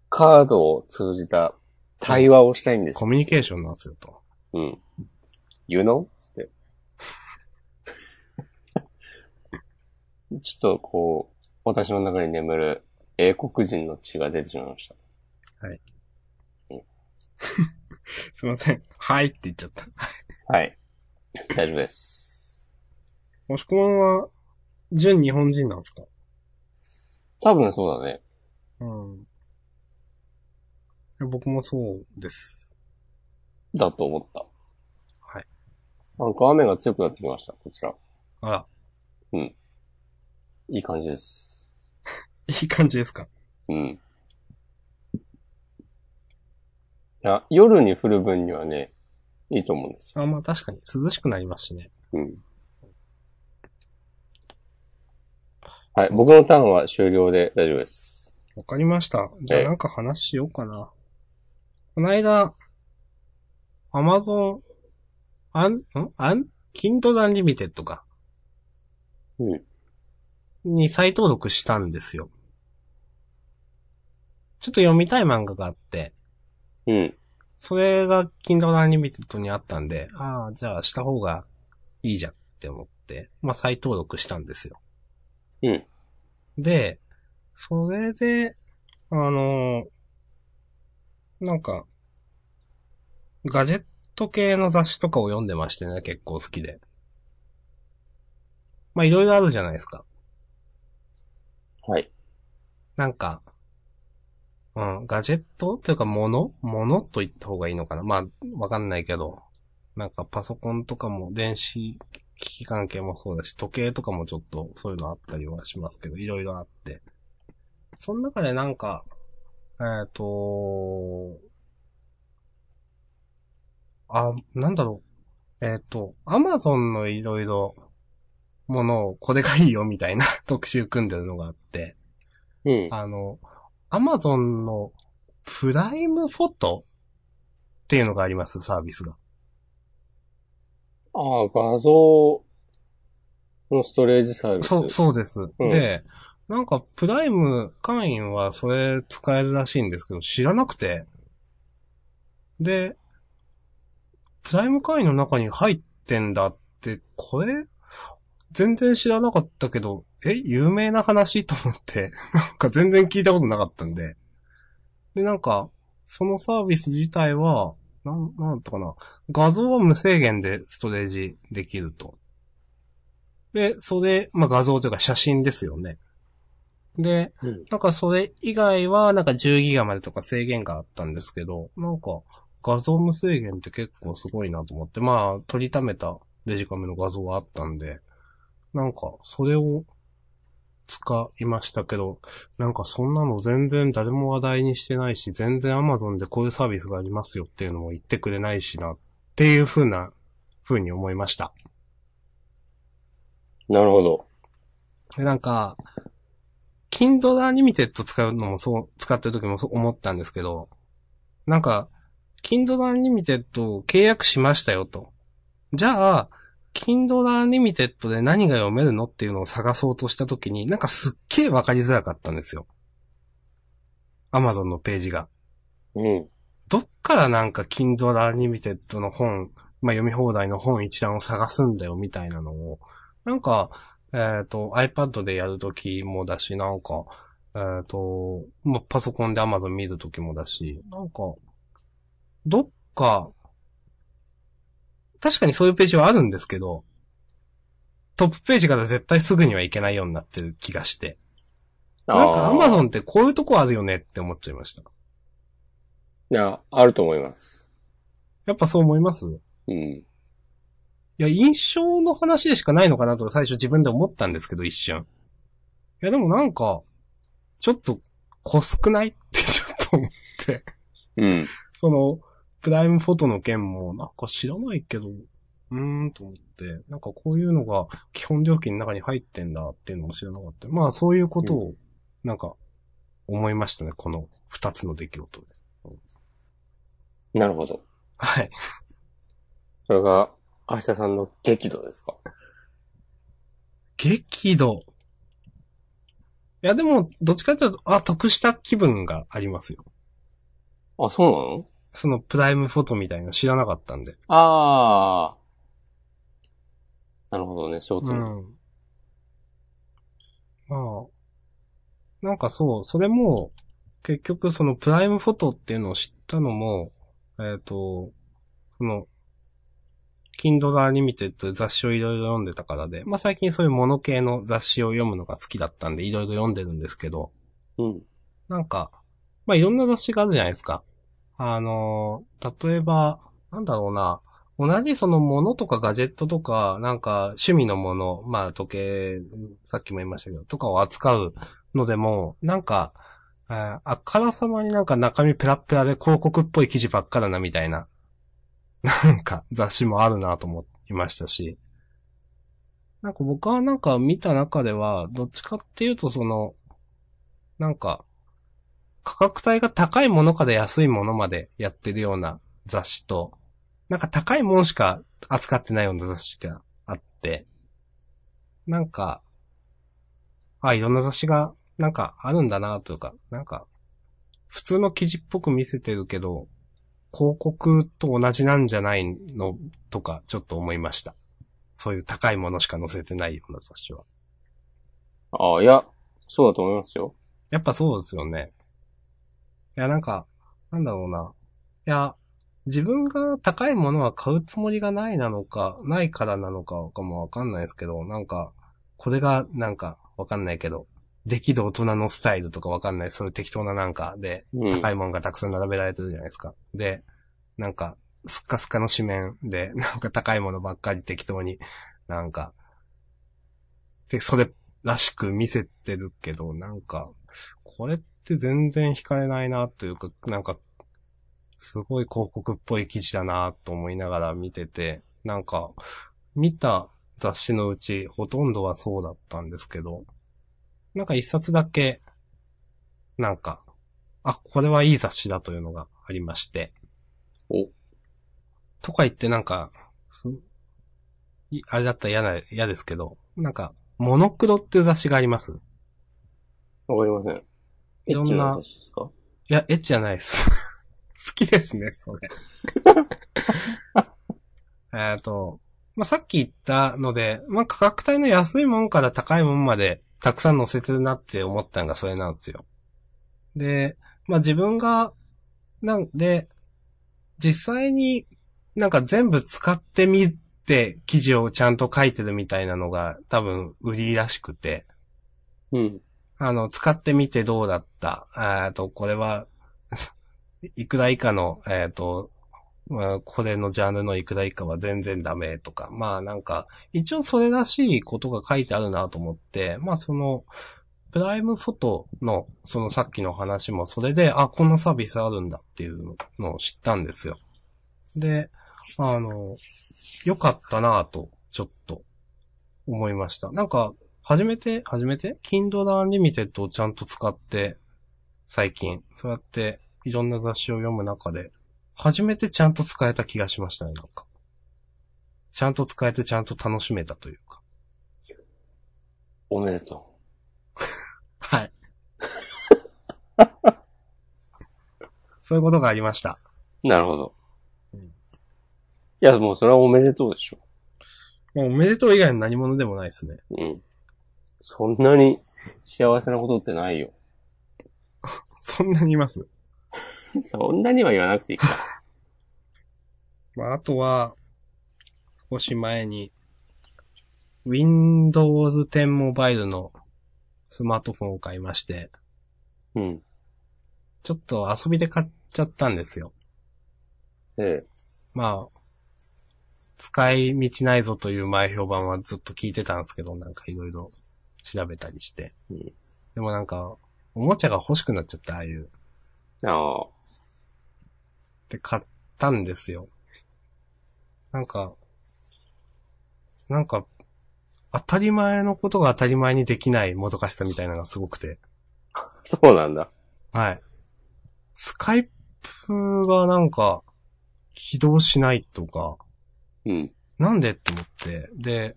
カードを通じた対話をしたいんですよ
コミュニケーションなんですよ、と。
うん。You know? つって。ちょっとこう、私の中に眠る英国人の血が出てしまいました。
すいません。はいって言っちゃった。
はい。大丈夫です。
もしこまんは、純日本人なんですか
多分そうだね。
うん。僕もそうです。
だと思った。
はい。
なんか雨が強くなってきました、こちら。
あら、
いい感じです。
いい感じですか
うん。いや夜に降る分にはね、いいと思うんですよ。
あ、まあ確かに涼しくなりますしね。
うん。はい、僕のターンは終了で大丈夫です。
わかりました。じゃあ
ええ
なんか話しようかな。この間、アマゾン、アン、んアンキントランリミテッドか。
うん。
に再登録したんですよ。ちょっと読みたい漫画があって、
うん。
それが Kindle Unlimited にあったんで、ああ、じゃあした方がいいじゃんって思って、まあ再登録したんですよ。
うん。
で、それで、あのーなんか、ガジェット系の雑誌とかを読んでましてね、結構好きで。まあいろいろあるじゃないですか。
はい。
なんか、うん、ガジェットというか物物と言った方がいいのかなまあ、わかんないけど。なんかパソコンとかも電子機器関係もそうだし、時計とかもちょっとそういうのあったりはしますけど、いろいろあって。その中でなんか、えっ、と、あ、なんだろう。えっ、と、アマゾンのいろ いろものをこれがいいよみたいな特集組んでるのがあって。
うん。
あの、アマゾンのプライムフォトっていうのがあります、サービスが。
ああ、画像のストレージサービス。
そう、そうです。
うん
で、なんかプライム会員はそれ使えるらしいんですけど、知らなくて。で、プライム会員の中に入ってんだって、これ、全然知らなかったけど、え、有名な話と思って、 なんか全然聞いたことなかったんで。で、なんか、そのサービス自体は、なん、なんとかな、画像は無制限でストレージできると。で、それ、まあ、画像というか写真ですよね。で、
うん
なんかそれ以外は、なんか10ギガまでとか制限があったんですけど、なんか画像無制限って結構すごいなと思って、まあ、取りためたデジカメの画像があったんで、なんかそれを使いましたけど、なんかそんなの全然誰も話題にしてないし、全然 Amazon でこういうサービスがありますよっていうのも言ってくれないしな、っていう風な、風に思いました。
なるほど。
で、なんか、Kindle Unlimited 使うのもそう、使ってる時もそう思ったんですけど、なんか、Kindle Unlimited を契約しましたよと。じゃあ、Kindle Unlimited で何が読めるのっていうのを探そうとした時に、なんかすっげえわかりづらかったんですよ。Amazon のページが。
うん。
どっからなんか Kindle Unlimited の本、まあ、読み放題の本一覧を探すんだよみたいなのを、なんか、えっ、と、iPad でやるときもだし、なんか、えっ、と、まあ、パソコンで Amazon 見るときもだし、なんか、どっか、確かにそういうページはあるんですけど、トップページから絶対すぐにはいけないようになってる気がして。なんか
あー
Amazon ってこういうとこあるよねって思っちゃいました。
いや、あると思います。
やっぱそう思います
うん。
いや、印象の話でしかないのかなと最初自分で思ったんですけど、一瞬。いや、でもなんか、ちょっと、濃すくないってちょっと思う、
うん。
その、プライムフォトの件も、なんか知らないけど、うーん、と思って、なんかこういうのが基本料金の中に入ってんだっていうのも知らなかった。まあ、そういうことを、なんか、思いましたね、この二つの出来事で。
なるほど。
はい。
それが、明日さんの激怒ですか
激怒。いや、でも、どっちかというと、あ、得した気分がありますよ。
あ、そうなの
そのプライムフォトみたいなの知らなかったんで。
ああ。なるほどね、ショート
う
の。
ん。まあ、なんかそう、それも、結局そのプライムフォトっていうのを知ったのも、えっ、と、その、Kindle Unlimited で雑誌をいろいろ読んでたからで、まあ最近そういうモノ系の雑誌を読むのが好きだったんで、いろいろ読んでるんですけど、
うん。
なんか、まあ、いろんな雑誌があるじゃないですか。あのー、例えば、なんだろうな、同じそのものとかガジェットとか、なんか趣味のもの、まあ時計、さっきも言いましたけど、とかを扱うのでも、なんか、ああからさまになんか中身ペラペラで広告っぽい記事ばっかだなみたいな、なんか雑誌もあるなと思いましたし。なんか僕はなんか見た中では、どっちかっていうとその、なんか、価格帯が高いものから安いものまでやってるような雑誌と、なんか高いものしか扱ってないような雑誌があって、なんか、あ、いろんな雑誌が、なんかあるんだなというか、なんか、普通の記事っぽく見せてるけど、広告と同じなんじゃないのとか、ちょっと思いました。そういう高いものしか載せてないような雑誌は。
ああ、いや、そうだと思いますよ。
やっぱそうですよね。いや、なんか、なんだろうな。いや、自分が高いものは買うつもりがないなのか、ないからなのかかもわかんないですけど、なんか、これがなんかわかんないけど、できる大人のスタイルとかわかんない、そういう適当ななんかで、
うん。
高いもんがたくさん並べられてるじゃないですか。で、なんか、スッカスカの紙面で、 なんか高いものばっかり適当に、なんか、で、それらしく見せてるけど、なんか、これって全然惹かれないなというか、なんか、すごい広告っぽい記事だなと思いながら見てて、なんか、見た雑誌のうちほとんどはそうだったんですけど、なんか一冊だけ、なんか、あ、これはいい雑誌だというのがありまして。
お。
とか言ってなんか、すいあれだったら嫌な、嫌ですけど、なんか、モノクロっていう雑誌があります。
わかりません。
い
エ
ろんな
ッチな話ですか
いや、エッチじゃないです。 好きですね、それ。えっと、まあ、さっき言ったので、まあ、価格帯の安いもんから高いもんまでたくさん載せてるなって思ったのがそれなんですよ。で、まあ、自分が、なんで、実際になんか全部使ってみて記事をちゃんと書いてるみたいなのが多分売りらしくて。
うん。
あの、使ってみてどうだったえっと、これは、 いくら以下の、えっ、と、まあこれのジャンルのいくら以下は全然ダメとか、まあなんか、一応それらしいことが書いてあるなと思って、まあその、プライムフォトの、そのさっきの話もそれで、あ、このサービスあるんだっていうのを知ったんですよ。で、あの、良かったなぁと、ちょっと、思いました。なんか、初めて、初めて ?Kindle Unlimited をちゃんと使って、最近、そうやっていろんな雑誌を読む中で、初めてちゃんと使えた気がしましたね、なんか。ちゃんと使えてちゃんと楽しめたというか。
おめでと
はい。そういうことがありました。
う。なるほど。
うん
いや、もうそれはおめでとうでしょ。
もうおめでとう以外の何者でもないですね。
うん。そんなに幸せなことってないよ。
そんなにいます
そんなには言わなくていいか。
まあ、あとは、少し前に、Windows 10モバイルのスマートフォンを買いまして、
うん。
ちょっと遊びで買っちゃったんですよ。
ええ。
まあ、使い道ないぞという前評判はずっと聞いてたんですけど、なんかいろいろ調べたりして。
うん
でもなんか、おもちゃが欲しくなっちゃった、ああいう。
ああ。
で買ったんですよ。なんか、なんか、当たり前のことが当たり前にできないもどかしさみたいなのがすごくて。
そうなんだ。
はい。スカイプがなんか、起動しないとか、
うん。
なんでって思って、で、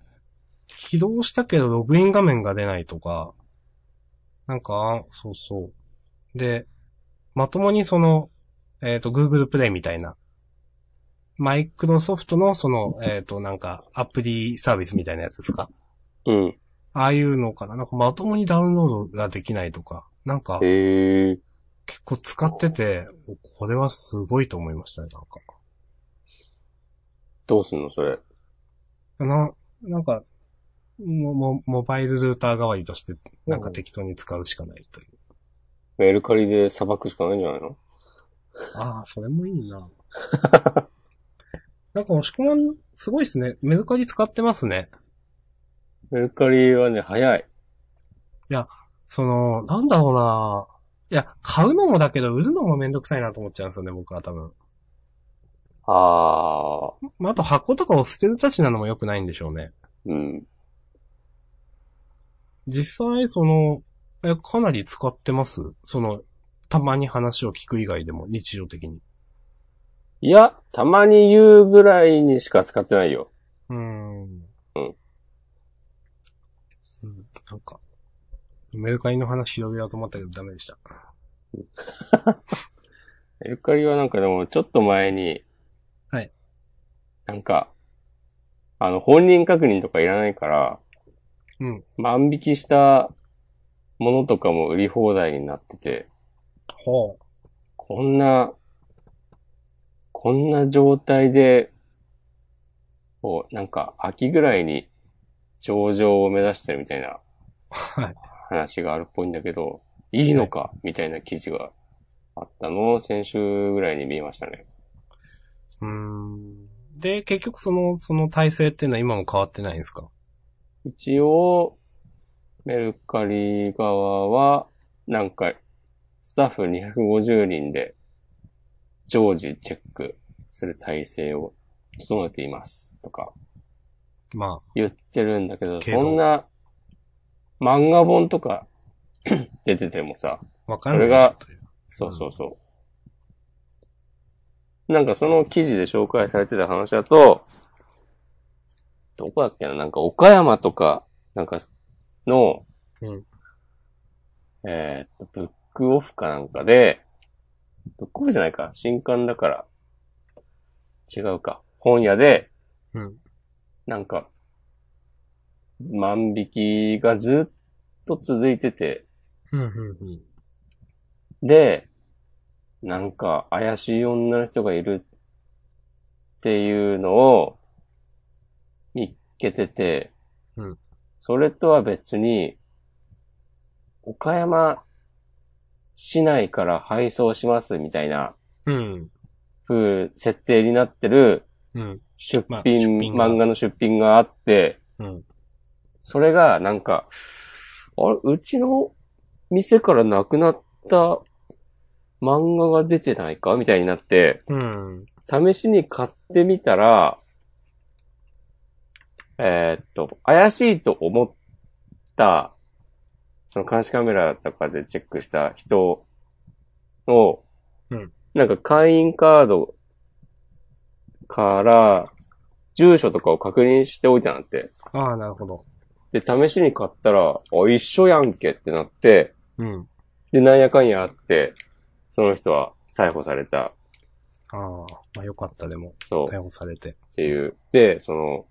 起動したけどログイン画面が出ないとか、なんか、あそうそう。で、まともにその、えっ、と、Google Play みたいな、マイクロソフトのその、えっ、と、なんか、アプリサービスみたいなやつですか
うん。
ああいうのかななんかまともにダウンロードができないとか、なんか、
へえ。
結構使ってて、これはすごいと思いましたね、なんか。
どうすんのそれ。
な、なんか、も、も、モバイルルーター代わりとして、なんか適当に使うしかないという。
メルカリで裁くしかないんじゃないの
ああ、それもいいな。 なんか押し込まん、すごいですね。メルカリ使ってますね。
メルカリはね、早い。
その、なんだろうな。いや、買うのもだけど、売るのもめんどくさいなと思っちゃうんですよね、僕は多分。
ああ。
まあ、あと箱とかを捨てるたちなのも良くないんでしょうね。
うん。
実際、その、え、かなり使ってますその、たまに話を聞く以外でも、日常的に。
いや、たまに言うぐらいにしか使ってないよ。
うーん。うん。なんか、メルカリの話広げようと思ったけどダメでした。
メルカリはなんかでも、ちょっと前に。
はい。
なんか、あの、本人確認とかいらないから、
うん。
万引きしたものとかも売り放題になってて、
ほ
こんな、こんな状態で、こう、なんか、秋ぐらいに上場を目指してるみたいな
はい。
話があるっぽいんだけど、いいのかみたいな記事があったのを先週ぐらいに見ましたね。
うーん。で、結局その、その体制っていうのは今も変わってないんですか
一応、メルカリ側は、なんか、スタッフ250人で、常時チェックする体制を整えています。とか、
ま
言ってるんだけど、
けど
そんな、漫画本とか 出ててもさ、
わかんない。
それが
ちょっと
そうそうそう。なんかその記事で紹介されてた話だと、どこだっけななんか岡山とか、なんかの、
うん
えーっと、ブックオフかなんかで、ブックオフじゃないか。新刊だから。違うか。本屋で、
うん。
なんか、万引きがずっと続いてて、
うん、うん、うん。
で、なんか怪しい女の人がいるっていうのを見っけてて、
うん
それとは別に、岡山市内から配送しますみたいな
うん。
風、設定になってる
うん。
出品、
まあ出品が
漫画の出品があって、
うん。
それがなんか、あれ、うちの店からなくなった漫画が出てないかみたいになって、
うん。
試しに買ってみたら、えーっと、怪しいと思った、その監視カメラとかでチェックした人を、
うん
なんか会員カードから、住所とかを確認しておいたなんて。
ああ、なるほど。
で、試しに買ったら、あ、一緒やんけってなって、
うん。
で、なんやかんやあって、その人は逮捕された。
ああ、まあよかった、でも。
そう。
逮捕されて。
っていう。で、その、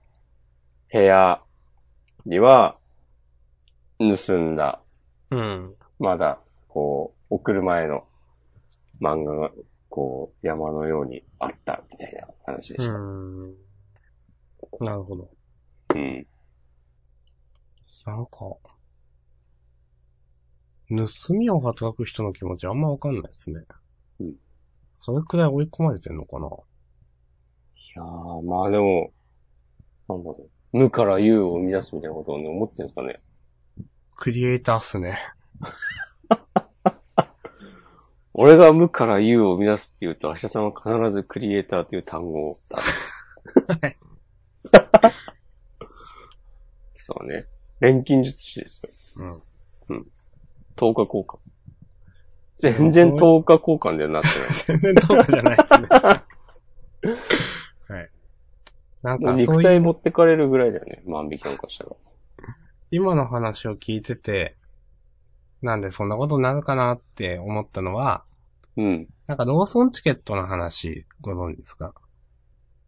部屋には、盗んだ、
うん。
まだ、こう、送る前の漫画が、こう、山のようにあった、みたいな話で
う
した。
ん。なるほど。
うん。
なんか、盗みを働く人の気持ちあんまわかんないですね。
うん。
それくらい追い込まれてんのかな。
いやー、まあでも、なんだろう。無から有を生み出すみたいなことをね、思ってるんですかね。
クリエイターっすね。
俺が無から有を生み出すって言うと、明日さんは必ずクリエイターという単語を出す。
はい。
そうね。錬金術師ですよ。10日交換。全然10日交換ではなって
うん。全然どうかじゃないですね。 はい。なん
ない。も
か
う
そ
肉
うい
体
う、
持ってかれるぐらいだよね。万引きなんかしたら。
今の話を聞いてて、なんでそんなことになるかなって思ったのは、
うん。
なんかローソンチケットの話、ご存知ですか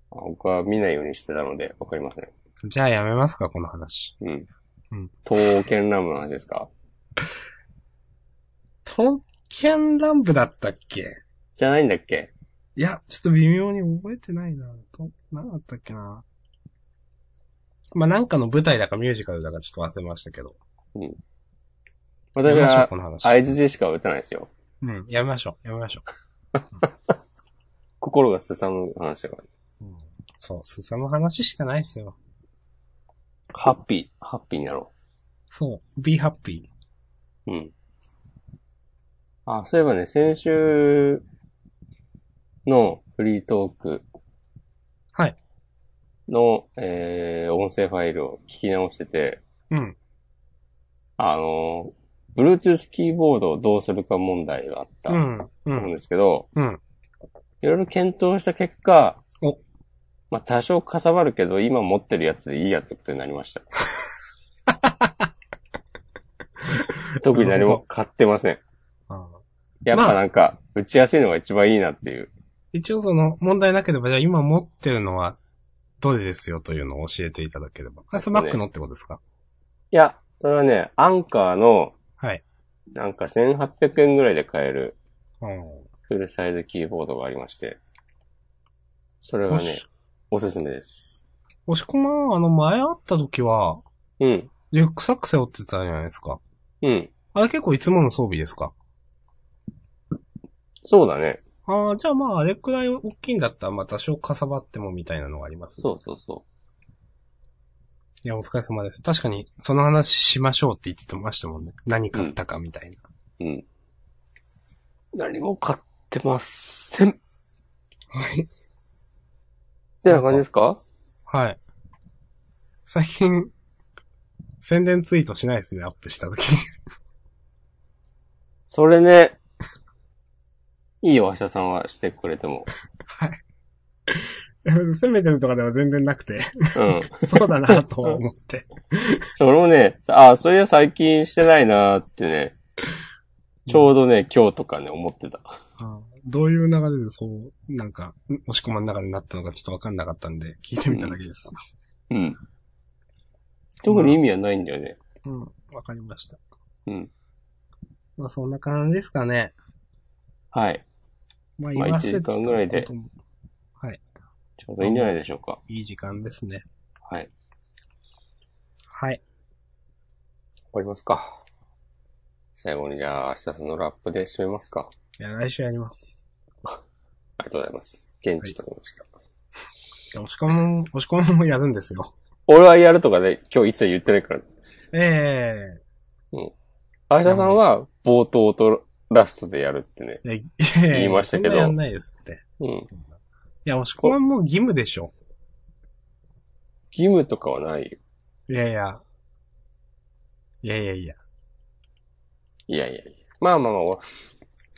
僕は見ないようにしてたので、わかりません。
じゃあやめますか、この話。
うん。
うん
刀剣乱舞の話ですか
刀剣乱舞だったっけ
じゃないんだっけ
いや、ちょっと微妙に覚えてないな。と、何だったっけな。まあ、なんかの舞台だかミュージカルだかちょっと忘れましたけど。や
私
めましょう、
は
こ、の話。
合図字しか打てないですよ。
うん、やめましょう、やめましょ
心がすさむ話だから。
う。うん、そう、すさむ話しかないですよ。
ハッピー、ハッピーになろ
そう、be happy。
う。うん。あ、そういえばね、先週のフリートーク
はい。
の、えー、音声ファイルを聞き直してて、
うん。
あのー、Bluetooth キーボードをどうするか問題があった
う
と
ん。う
思うん
ん。
ですけど、
うん。
いろいろ検討した結果、
お
まあ、多少かさばるけど、今持ってるやつでいいやってことになり ました。特に何も買ってません。
あ
やっぱなんか、打ちやすいのが一番いいなっていう。
一応その、問題なければ、じゃあ今持ってるのは、どれですよというのを教えていただければ。あ、スマックのってことですか
いや、それはね、アンカーの、
はい。
なんか1800円ぐらいで買える
うん。
フルサイズキーボードがありまして、それが
よ
ね
し、
おすすめです。
押し込まん、あの、前会った時は、
うん、
リュックサック背負ってたじゃないですか。
うん。
あれ結構いつもの装備ですか
そうだね。
ああ、じゃあまあ、あれくらい大きいんだったら、まあ多少かさばってもみたいなのがあります。
そうそうそ
いや、お疲れ様です。確かに、その話しましょうって言ってましたもんね。何買ったかみたいな。
う。うん。何も買ってません。っ
はい。
てな感じですか
はい。最近、宣伝ツイートしないですね、アップした時。
それね、いいよ、明日さんはしてくれても。
攻めてるとかでは全然なくて、
うん。
そうだなと思って。
そう俺もね、あ、そういや最近してないなーってね、 ちょうどね、今日とかね、思ってた。
あどういう流れでそう、なんか、ん押し込まん中になったのかちょっとわかんなかったんで、聞いてみただけです。
うん。特に意味はないんだよね。
うん、わかりました。
うん。
まあそんな感じですかね。
はい。
まあ
まあ
言わせて
一時間ぐらいで
たことも
ちょうどいいんじゃないでしょうか。
いい時間ですね。
はい。
はい。
終わりますか。最後にじゃあ、明日さんのラップで締めますか。
いや、来週やります。
ありがとうございます。現地と思いました。
いや押し込む、押し込むもやるんですよ。
俺はやるとかで、今日一切言ってないから。
え
明日さんは冒頭とラストでやるってね。
えいや
言いましたけ
そん
ど
なやんないですって。
うん。
いや、押し込むも義務でしょ。
義務とかはないよ。
いやいや。いやいやいや。
いやいやいや。まあまあまあ、
い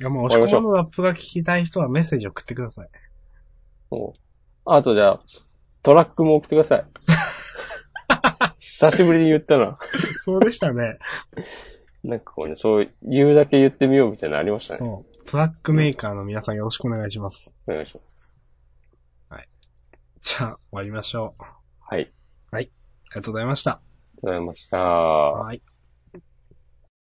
や、もう、押し込むのラップが聞きたい人はメッセージ送ってください。
もう。あとじゃあ、トラックも送ってくださ い。久しぶりに言ったな。
そうでしたね。
なんかこうね、そう、言うだけ言ってみようみたいなのありましたね。
そう。トラックメーカーの皆さんよろしくお願いします。
お願いします。
じゃあ、終わりましょう。あ
はい。あり
りがとうございました。
がとうございました。
はい。